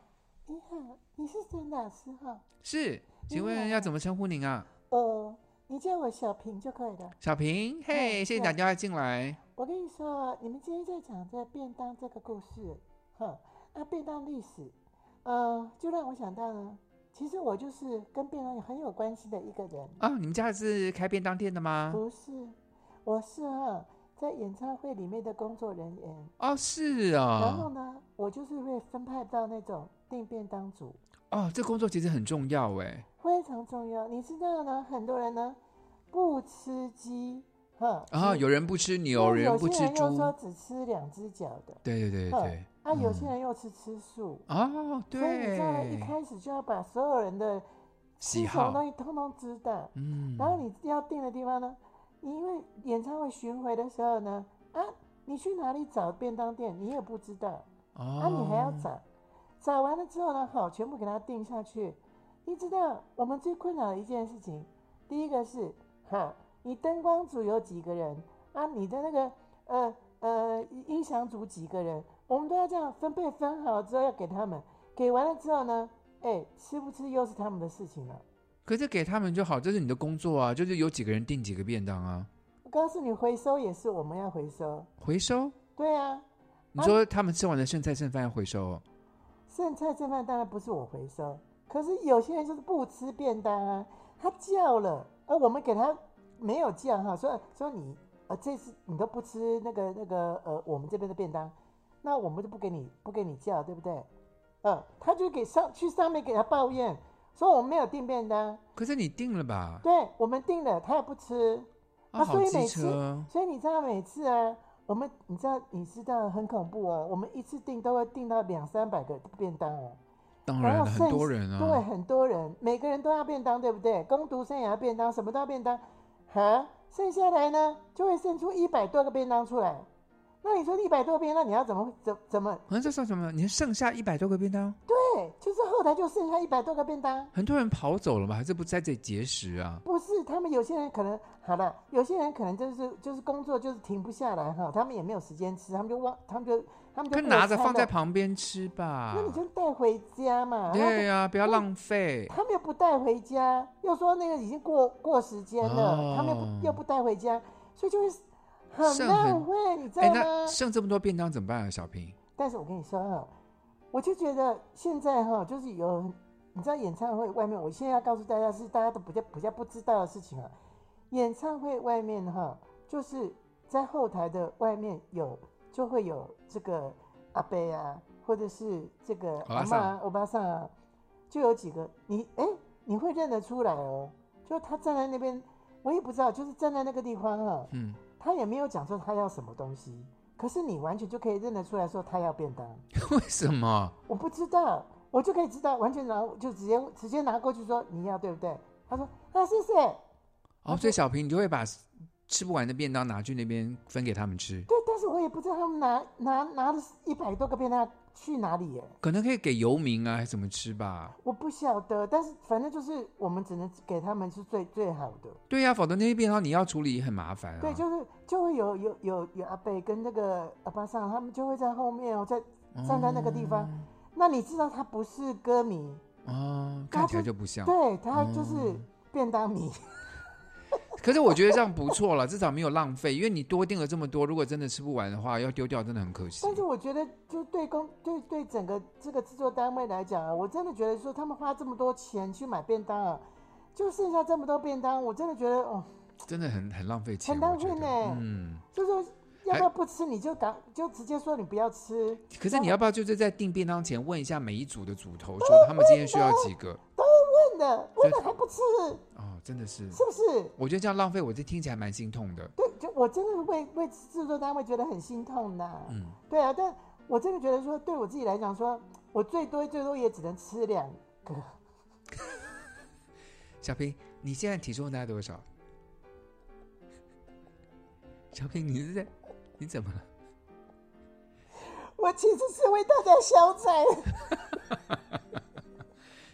你好，你是沈老师哈？
是，请问要怎么称呼您啊？
呃，你叫我小平就可以了。
小平，嘿，谢谢你打电话进来。
我跟你说，你们今天在讲这便当这个故事，哼，那便当历史，呃，就让我想到呢，其实我就是跟便当很有关系的一个人，
啊，你们家是开便当店的吗？
不是，我是哈在演唱会里面的工作人员，
哦，是
然后
哦，
呢，我就是会分派到那种订便当组，
哦，这工作其实很重要哎。
非常重要。你知道呢，很多人呢不吃鸡，哈，
啊，有人不吃牛，有
那
人不
些
吃
人又
猪，
说只吃两只脚的，
对对对
哼
对，
啊，有
嗯
些人又吃吃素，
哦，
所以你知道吗？一
对，
开始就要把所有人的
喜
吃什么
好
东西通通知道，
嗯，
然后你要订的地方呢，你因为演唱会巡回的时候呢，啊，你去哪里找便当店，你也不知道，
哦，
啊，你还要找，找完了之后呢，好，全部给它定下去。你知道我们最困扰的一件事情，第一个是，好，你灯光组有几个人啊？你的那个呃呃音响组几个人？我们都要这样分配分好之后要给他们，给完了之后呢，哎，吃不吃又是他们的事情了。
可是给他们就好，这是你的工作啊，就是有几个人订几个便当啊，
我告诉你，回收也是我们要回收，
回收。
对啊，
你说他们吃完的剩菜剩饭要回收哦，
剩菜剩饭当然不是我回收，可是有些人就是不吃便当啊，他叫了，而我们给他没有叫哈，说说你呃这次你都不吃那个那个呃我们这边的便当，那我们就不给你不给你叫，对不对？呃，他就给上去上面给他抱怨，说我们没有订便当，
可是你订了吧？
对我们订了他也不吃，
啊，好
所以
机
每次
车，
所以你知道每次啊，我们你知道你知道很恐怖哦，我们一次订都会订到两三百个便当哦。
当
然
然
后
很
剩
多人
对，
啊，
很多人，每个人都要便当，对不对？工读生也要便当，什么都要便当。哈，剩下来呢就会剩出一百多个便当出来。那你说一百多个便当，你要怎么怎怎么？
好像这算什么？你剩下一百多个便当，
对，就是后台就剩下一百多个便当。
很多人跑走了吧？还是不在这里节食啊？
不是，他们有些人可能好了，有些人可能就是就是工作就是停不下来哈，他们也没有时间吃，他们就忘，他们就他们就
可
过
拿着
餐
放
了
在，旁边吃吧
那。你就带回家嘛。然后
对呀、不要浪费。
他们又不带回家，又说那个已经过过时间了，
哦
他们又不又不带回家，所以就会
剩很
很浪费，你知
哎、
道吗
那？剩这么多便当怎么办啊？小平， (laughs)
但是我跟你说哈，我就觉得现在哈，就是有你知道演唱会外面，我现在要告诉大家是大家都比较比较不知道的事情啊。演唱会外面哈，就是在后台的外面有就会有这个阿伯啊，或者是这个
巴
阿
桑
妈、欧巴桑啊，就有几个你哎、你会认得出来哦，就他站在那边，我也不知道，就是站在那个地方哈、
嗯，
他也没有讲说他要什么东西，可是你完全就可以认得出来说他要便当。
为什么？
我不知道，我就可以知道，完全拿就直接直接拿过去说你要对不对？他说啊谢谢，
哦，所以小平，你就会把吃不完的便当拿去那边分给他们吃，
对，但是我也不知道他们拿拿拿了一百多个便当去哪里耶，
可能可以给游民啊，还是怎么吃吧？
我不晓得，但是反正就是我们只能给他们是最最好的。
对呀、否则那些便当你要处理很麻烦啊。
对，就是就会有有有有阿贝跟那个阿巴桑，他们就会在后面哦，在站在那个地方。那你知道他不是歌迷，
哦，
他
看起来就
就
不像。
对啊嗯他就是便当迷。
可是我觉得这样不错了，至少没有浪费，因为你多订了这么多，如果真的吃不完的话，要丢掉真的很可惜
但。是我觉得，就对公对对整个这个制作单位来讲啊，我真的觉得说他们花这么多钱去买便当啊，就剩下这么多便当，我真的觉得哦，
真的很很浪费钱，
很浪
我觉得
费呢
嗯，
就说要不要不吃，你就赶就直接说你不要吃，
可是
然
你
后
要不要就是在订便当前问一下每一组的组头，说他们今天需要几个？
问的问的还不吃，
哦，真的是，
是不是？
我觉得这样浪费，我这听起来蛮心痛的。
对，就我真的为为制作单位觉得很心痛的、
嗯，
对啊，但我真的觉得说，对我自己来讲说，我最多最多也只能吃两个，
小平，你现在体重大概多少？ (laughs) 小平，你是在你怎么了？
我其实是为大家消灾。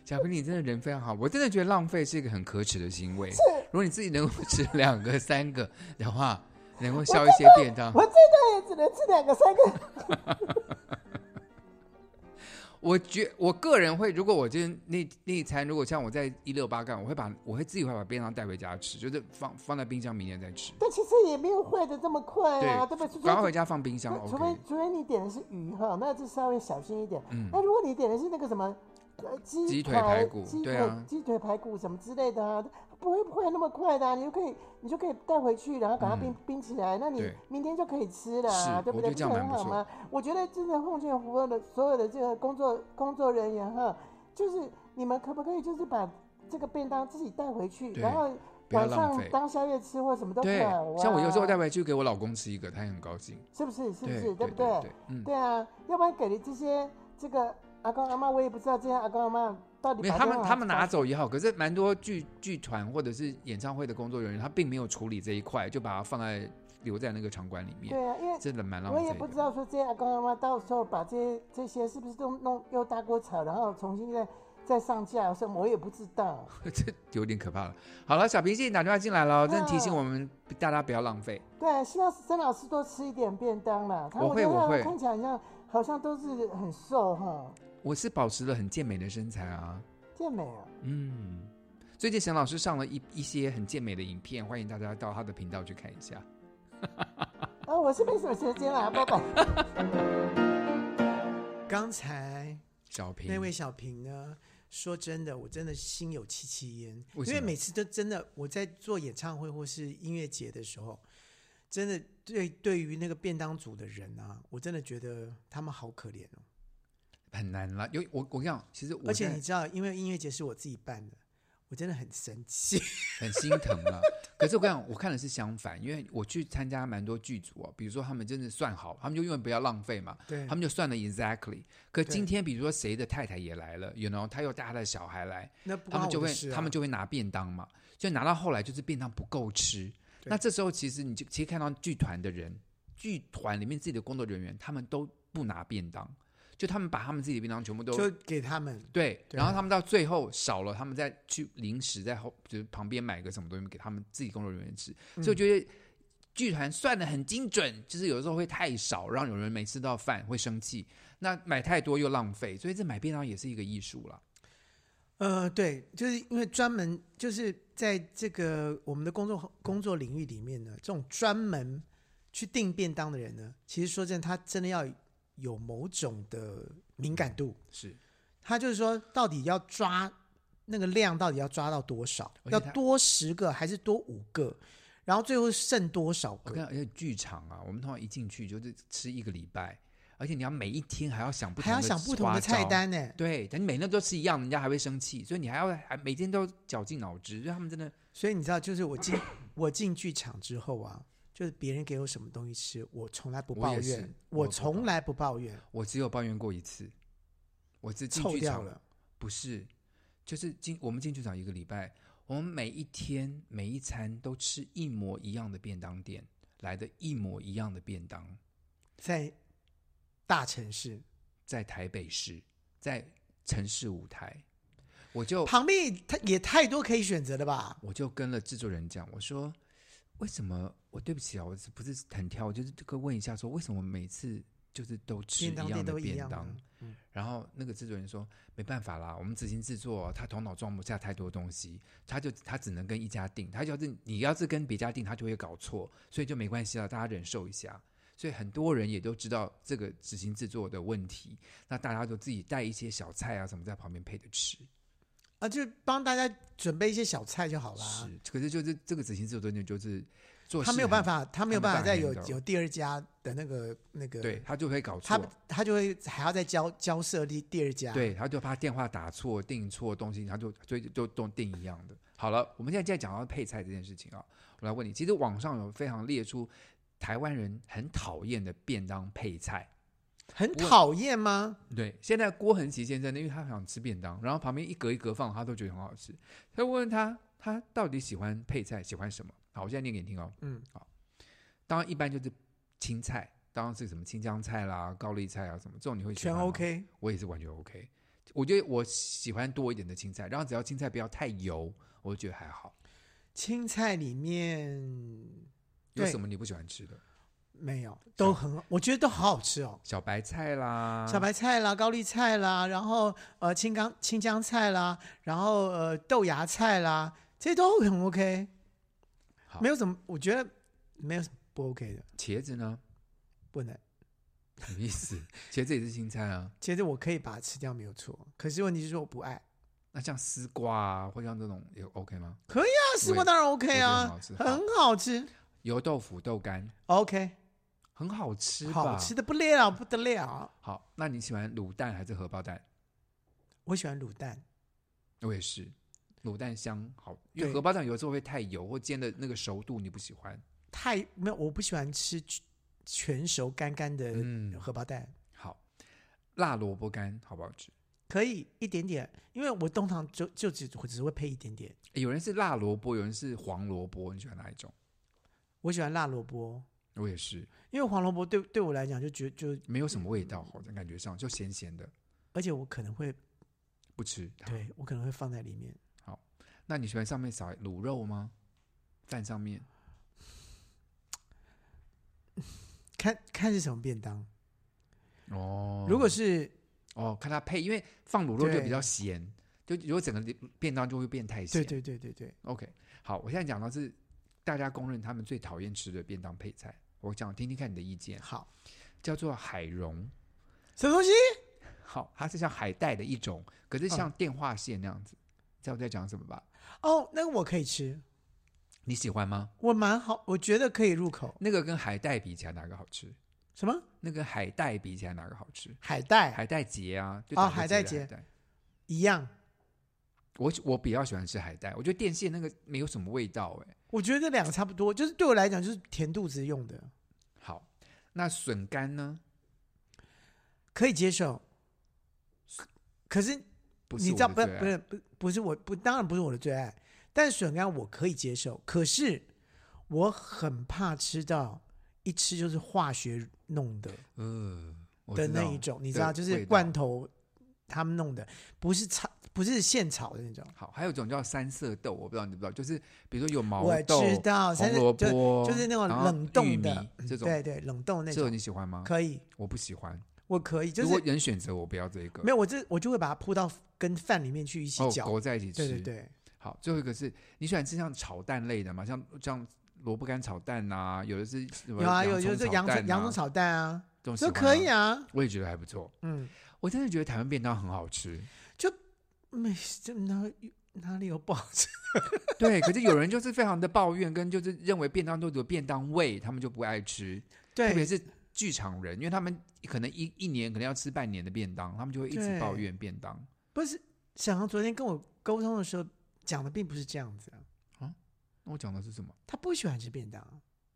小平，你真的人非常好，我真的觉得浪费是一个很可耻的行为。如果你自己能够吃两个、 (laughs) 三个的话，能够消一些便当，
我最多也只能吃两个三个。
我觉我个人会，如果我今天那那一餐，如果像我在一六八干，我会把我会自己会把便当带回家吃，就是放放在冰箱，明天再吃。
但其实也没有坏的这么快啊，对不对？除
赶快回
非
家放冰箱
除非
，OK。
除非你点的是鱼哈，那就稍微小心一点。
嗯
那如果你点的是那个什么呃鸡
鸡腿排
排
骨
鸡
对
腿、
啊
鸡腿排骨什么之类的啊，不会不会那么快的、啊，你就可以你就可以带回去，然后把它冰、冰起来，那你
嗯对
明天就可以吃了、啊，
是
对不
我
对？
觉得这样
是
蛮
很
不
好
错
吗？我觉得真的奉劝服务的所有的这个工作工作人员哈，就是你们可不可以就是把这个便当自己带回去，
对
然后
不要
晚
浪
上
费
当宵夜吃或什么都
对
好、啊。，
像我有时候带回去给我老公吃一个，他也很高兴。
是不是？是不
对
是？
对
不
对对嗯
对啊，要不然给了这些这个阿公阿妈，我也不知道这些阿公阿妈到底
没有，
把
他
这
们
种
他们拿
把
走也好，可是蛮多剧剧团或者是演唱会的工作人员，他并没有处理这一块，就把它放在留在那个场馆里面，
对啊，因为
真的蛮浪
我
费
也
的。
不知道说这些阿公阿妈到时候把这些这些是不是都弄又大锅炒，然后重新再再上架什么，我也不知道。
(laughs) 这有点可怕了。好了，小平，谢谢你打电话进来了，真的提醒
嗯
我们大家不要浪费。
对啊，希望曾老师多吃一点便当啦。他
我会
觉
我
得
会
他看起来好像好像都是很瘦哈，
我是保持了很健美的身材啊，
健美啊。
嗯。最近沈老师上了一一些很健美的影片，欢迎大家到他的频道去看一下。
啊，我是没什么时间啦，拜
(laughs)
拜。
刚才
小平，
那位小平呢？说真的，我真的心有戚戚焉，
为什
因
么
为每次都真的我在做演唱会或是音乐节的时候，真的对对于那个便当组的人啊，我真的觉得他们好可怜哦。
很难啦，因为我我跟你讲，其实我
而且
在
你知道，因为音乐节是我自己办的，我我真的很生气。 (laughs)
很心疼了。可是我跟你讲，我看的是相反，因为我去参加蛮多剧组哦，比如说他们真的算好，他们就因为不要浪费嘛，
对
他们就算了 exactly。可
对
今天比如说谁的太太也来了，you know，他又带他的小孩来，
那不
他
关
们
我
就
的
会
事啊
他们就会拿便当嘛，就拿到后来就是便当不够吃。
对
那这时候其实你就其实看到剧团的人，剧团里面自己的工作人员，他们都不拿便当，就他们把他们自己的便当全部都
就给他们，
对，
对
然后他们到最后少了，他们再去临时在后就是旁边买个什么东西给他们自己工作人员吃，
嗯
所以我觉得剧团算的很精准，就是有时候会太少，让有人没吃到饭会生气，那买太多又浪费，所以这买便当也是一个艺术了。
呃，对，就是因为专门就是在这个我们的工作工作领域里面呢，这种专门去订便当的人呢，其实说真的，他真的要有某种的敏感度，
是，
他就是说到底要抓那个量，到底要抓到多少，
而且
要
他
多十个还是多五个，然后最后剩多少
我跟
个？
你讲，而且剧场啊，我们通常一进去就是吃一个礼拜，而且你要每一天还要想不同
还
的
要想不同
花
的菜
招。
单呢、
对，但你每天都吃一样，人家还会生气，所以你还要还每天都绞尽脑汁，就他们真的
所以你知道，就是我进 (coughs) 我进剧场之后啊，就是别人给我什么东西吃，我从来不
我
抱
也
怨
是，我不
从
抱
来不抱怨，
我只有抱怨过一次，我是进
臭
剧
掉
场
了，
不是，就是进我们进剧场一个礼拜，我们每一天每一餐都吃一模一样的便当店来的一模一样的便当，
在大城市
在台北市，在城市舞台，我就
旁边也太也太多可以选择了吧？
我就跟了制作人讲，我说为什么我对不起啊，我是不是很挑，我就是这个问一下说为什么每次就是都吃一
便当
样
店
的
都一
便
样
当
啊，嗯
然后那个制作人说没办法啦，我们执行制作他头脑装不下太多东西，他就他只能跟一家订，他要是你要是跟别家订，他就会搞错，所以就没关系了，大家忍受一下。所以很多人也都知道这个执行制作的问题，那大家都自己带一些小菜啊什么在旁边配着吃。
啊，就帮大家准备一些小菜就好啦。
是，可是就是这个执行制作真的就是做
他
事
没有办
很
法，他没有
他
办
没
法
办法
再有
handle
有第二家的那个那个，
对，他就会搞
他
错，
他就会还要再交交涉第第二家。
对，他就怕电话打错、订错东西，他就所以就就都订一样的。好了，我们现在在讲到配菜这件事情啊，我来问你，其实网上有非常列出台湾人很讨厌的便当配菜。
很
不过
讨厌吗？
对，现在郭恒奇先生呢，因为他想吃便当，然后旁边一格一格放，他都觉得很好吃。他问问他，他到底喜欢配菜，喜欢什么？好，我现在念给你听哦。
嗯，
好，当然一般就是青菜，当然是什么青江菜啦、高丽菜啊什么，这种你会喜
全
欢吗
OK，
我也是完全 OK。我觉得我喜欢多一点的青菜，然后只要青菜不要太油，我就觉得还好。
青菜里面
有
对
什么你不喜欢吃的？
没有，都很，我觉得都好好吃哦。
小白菜啦，
小白菜啦，高丽菜啦，然后呃青冈青江菜啦，然后呃豆芽菜啦，这些都很 OK，
好
没有什么，我觉得没有什么不 OK 的，
茄子呢？
不能。
什么意思？ (laughs) 茄子也是青菜啊。
其实我可以把它吃掉，没有错。可是问题是说我不爱，啊，
那像丝瓜啊，或像这种也 OK 吗？
丝啊瓜当然 OK
我
啊
觉，得很好
很好吃
油豆腐、豆干
，OK，
很好吃吧？
好吃。的不得了，不得了。啊
好，那你喜欢卤蛋还是荷包蛋？
我喜欢卤蛋，
我也是，卤蛋香好，因为
对
荷包蛋有时候会太油，或煎的那个熟度你不喜欢。
太没有，我不喜欢吃全全熟干干的
嗯
荷包蛋，
好，辣萝卜干好不好吃？
可以一点点，因为我通常就就只我只会配一点点。
欸有人是辣萝卜，有人是黄萝卜，你喜欢哪一种？
我喜欢辣萝卜，
我也是，
因为黄萝卜对对我来讲就觉就，
没有什么味道，好像感觉上就咸咸的，
而且我可能会
不吃。，
对我可能会放在里面，
那你喜欢上面撒卤肉吗？饭上面
看看是什么便当。
哦
如果是
哦，看它配，因为放卤肉就
对
比较咸，就如果整个便当就会变太
对
咸。
对对对对，
OK，好，我现在讲到是大家公认他们最讨厌吃的便当配菜，我讲听听看你的意见，
好，
叫做海茸。
什么东西？
好，它是像海带的一种，可是
嗯
像电话线那样子。知道我在讲什么吧？
哦，那个我可以吃，
你喜欢吗？
我蛮好，我觉得可以入口。
那个跟海带比起来，哪个好吃？
什么
那个海带比起来，哪个好吃？
海带
海带结啊，就
哦
打个
海带
结的
结一样？
我我比较喜欢吃海带，我觉得电线那个没有什么味道哎。
我觉得这两个差不多，就是对我来讲就是填肚子用的，
好，那笋干呢？
可以接受。可是
不是
你知道
我
不
的
是
最爱
不是不不是我不当然不是我的最爱，但笋干我可以接受，可是我很怕吃到一吃就是化学弄的
呃我
的
知
那
道
一种，你知
对
道就是
味道
罐头他们弄的，不是炒不是现炒的那种。
好，还有一种叫三色豆，我不知道你知不知道，就是比如说有毛
我
豆、
知道三
红
色
萝
就
卜，
就是那种
然后
冷冻
玉
的嗯
米，这种，
对对，冷冻那
这种
种
你喜欢吗？
可以，
我不喜欢。
我可以，就
如果
是
人选择，我不要这一个，
没有我这我就会把它铺到跟饭里面去一起
哦，
搅，
裹在一起吃。
对对。对，
好，最后一个是你喜欢吃像炒蛋类的吗？像像萝卜干炒蛋呐、有的是什么
有啊有
洋葱
就是
炒
洋
蛋
葱洋
啊
葱炒蛋啊，
这种
这
喜欢
可
吗
以啊，
我也觉得还不错。
嗯，
我真的觉得台湾便当很好吃，
没这哪哪里有不好
(laughs)
吃？
对。可是有人就是非常的抱怨，跟就是认为便当都只有便当味，他们就不爱吃。特别
对
是剧场人，因为他们可能一一年可能要吃半年的便当，他们就会一直
对
抱怨便当。
不是，小航昨天跟我沟通的时候讲的并不是这样子啊，
那我讲的是什么？
他不喜欢吃便当，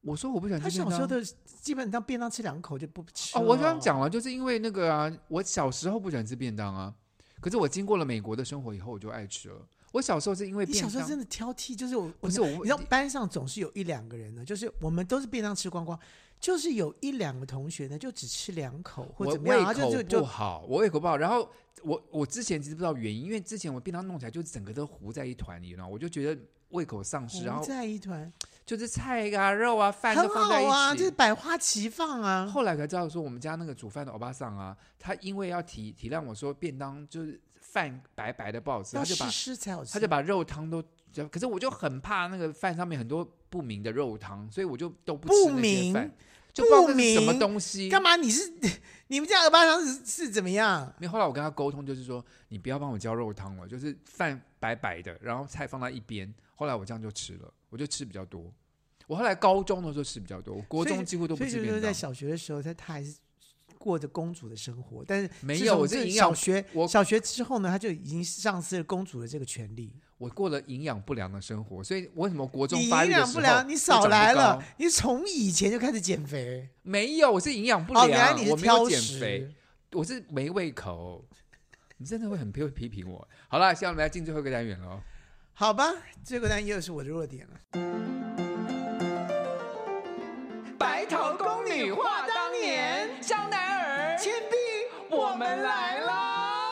我说我不喜欢
他
吃便
小时候
当。
的基本上便当吃两口就不吃
哦，我刚
了
刚讲了，就是因为那个啊，我小时候不喜欢吃便当啊，可是我经过了美国的生活以后，我就爱吃了。我小时候是因为
你
便
小
当，
时候真的挑剔，就是我，我
不是我
你知道班上总是有一两个人呢，就是我们都是便当吃光光，就是有一两个同学呢，就只吃两口或
我
怎么样，
胃
然后就
口
就
不
就
好，我胃口不好。然后我我之前其实不知道原因，因为之前我便当弄起来就整个都糊在一团里了，我就觉得胃口丧失，然
糊
后
在一团，
就是菜啊、肉啊、饭
很
都放在
好
一起。
啊，就是百花齐放啊。
后来才知道说，我们家那个煮饭的欧巴桑啊，他因为要体体谅我说便当就是饭白白的不好吃，
要
他就把
湿湿才好吃，
他就把肉汤都，可是我就很怕那个饭上面很多不明的肉汤，所以我就都不吃那些饭
不明，
就不知道
不
那是什么
明
东西。
干嘛？你是 (laughs) 你们家二八汤是是怎么样？
没有后来我跟他沟通，就是说你不要帮我浇肉汤了，就是饭白白的，然后菜放在一边。后来我这样就吃了，我就吃比较多。我后来高中的时候吃比较多，我国
所以
中几乎都不
所以
吃
就
便
是
当
在。小学的时候，他他还是过着公主的生活，但是
没
自
有
从
我是
这
营养
小学
我
小学之后呢，他就已经丧失了公主的这个权利。
我过了营养不良的生活，所以为什么国中
你
发育
营
的时
养
候
不良，你
会
少
长不
来
高
了，你从以前就开始减肥。
没有，我是营养不
哦，
良，
原来你是
我没有
挑
减
食。
肥，我是没胃口。你真的会很批批评我。好啦，现在我们来进最后一个单元喽。
好吧，这个单又是我的弱点了。
白头宫女话当年，香奈儿、倩碧，我们来啦！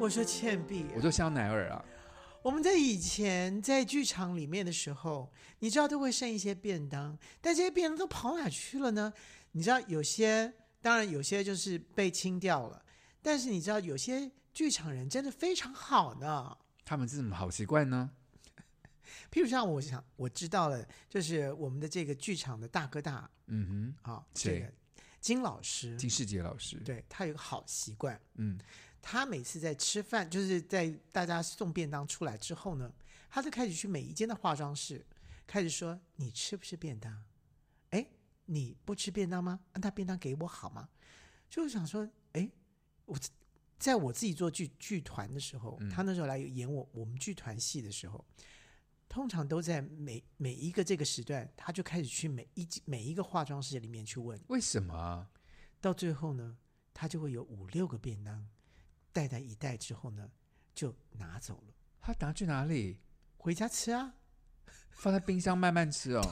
我说倩碧，
我说香奈儿啊，
我们在以前在剧场里面的时候，你知道都会剩一些便当，但这些便当都跑哪去了呢？你知道有些，当然有些就是被清掉了，但是你知道有些剧场人真的非常好呢。
他们是什么好习惯呢？
譬如像我想我知道了，就是我们的这个剧场的大哥大
嗯
啊，这
谁
个金老师
哼，，金世杰老师，
对他有一个好习惯，
嗯，
他每次在吃饭，就是在大家送便当出来之后呢，他就开始去每一间的化妆室，开始说：“你吃不吃便当？哎，你不吃便当吗？啊那便当给我好吗？”就想说，哎，我在我自己做剧剧团的时候，他那时候来演我我们剧团戏的时候，通常都在每每一个这个时段，他就开始去每一每一个化妆室里面去问，
为什么啊？
到最后呢，他就会有五六个便当，带在一袋之后呢，就拿走了，
他拿去哪里？
回家吃啊。
放在冰箱慢慢吃
(laughs)
哦。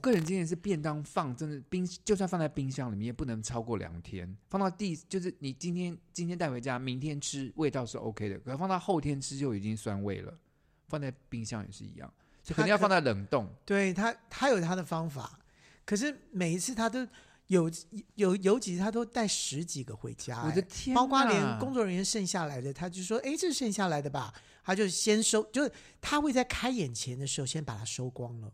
个人经验是，便当放真的冰，就算放在冰箱里面，也不能超过两天。放到第就是你今天今天带回家，明天吃味道是 OK 的，可放到后天吃就已经酸味了。放在冰箱也是一样，所以肯定要放在冷冻。
对他，他有他的方法，可是每一次他都有有有几次他都带十几个回家、
我的
哎
天哪，
包括连工作人员剩下来的，他就说：“哎，这是剩下来的吧？”他就先收，就是他会在开演前的时候先把它收光了。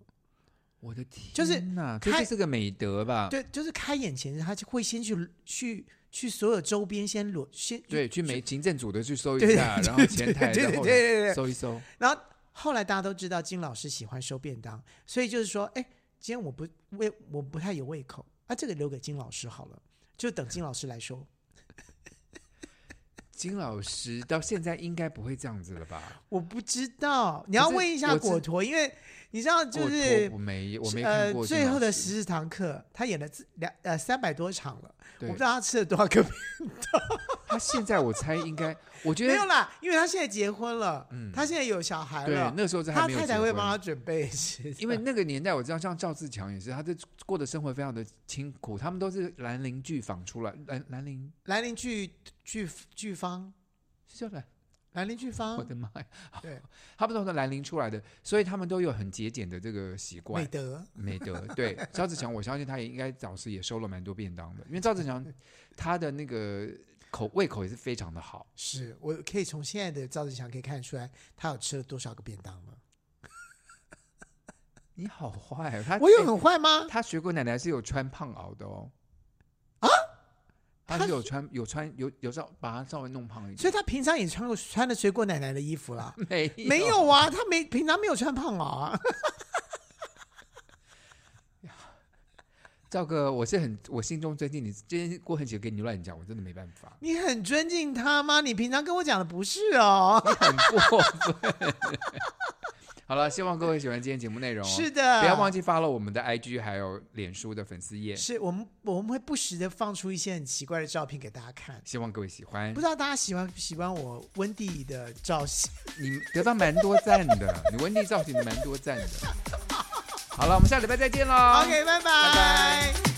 我的天，
就是
呐，
开
这就是个美德吧？
对，就是开演前他就会先去去去所有周边先裸先
对，去美行政组的去搜一
对
下，
对
然后前台
对
然
对
后
对对对
搜一搜。
然后后来大家都知道金老师喜欢收便当，所以就是说，哎，今天我不胃我不太有胃口，啊，这个留给金老师好了，就等金老师来收。
金老师到现在应该不会这样子了吧？
我不知道，你要问一下
我是
果陀，因为你知道就
我
是
我没我没看
呃
过金老师、
最后的十四堂课，他演了自两呃三百多场了，我
对
不知道他吃了多少个，
他现在我猜应该，我觉
没
得
有啦，因为他现在结婚了，
嗯
他现在有小孩
对
了，，
那时候是还
他
没有
太太
结
会
婚
帮他准备吃的，
因为那个年代，我知道像赵自强也是，他的过的生活非常的清苦，他们都是兰陵剧坊出来，兰兰陵
兰陵剧剧剧方，
是叫兰，
兰陵剧
我
方
的妈呀！
嗯对，
他们都是兰陵出来的，所以他们都有很节俭的这个习
美
惯。
德，
美德对赵自强，我相信他也应该早时也收了蛮多便当的，因为赵
(laughs)
自强他的那个口胃口也是非常的好。
是我可以从现在的赵子强可以看出来，他有吃了多少个便当了。
你好坏、哦，他
我有
哎
很坏啊吗？
他学过奶奶是有穿胖袄的哦。啊，他
他
是有穿有穿有有稍把他稍微弄胖一
所
点，
以他平常也穿过穿了水果奶奶的衣服啦。
(laughs) 没
没有啊，他没平常没有穿胖袄啊。，
赵哥，我是很我心中尊敬你，今天郭恒杰跟你乱讲，我真的没办法 (laughs)
你很尊敬他吗？你平常跟我讲的不是
(laughs)
哦。
很过分。 (laughs) 好了，希望各位喜欢今天节目内容、哦，
是的，
不要忘记发了我们的 IG 还有脸书的粉丝页，
是我们我们会不时的放出一些很奇怪的照片给大家看。
希望各位喜欢
不知。道大家喜欢不喜欢我温蒂的造型？
你得到蛮多赞的，你温
(laughs)
蒂造型的蛮多赞的。好了，我们下礼拜再见喽。
OK，拜拜
拜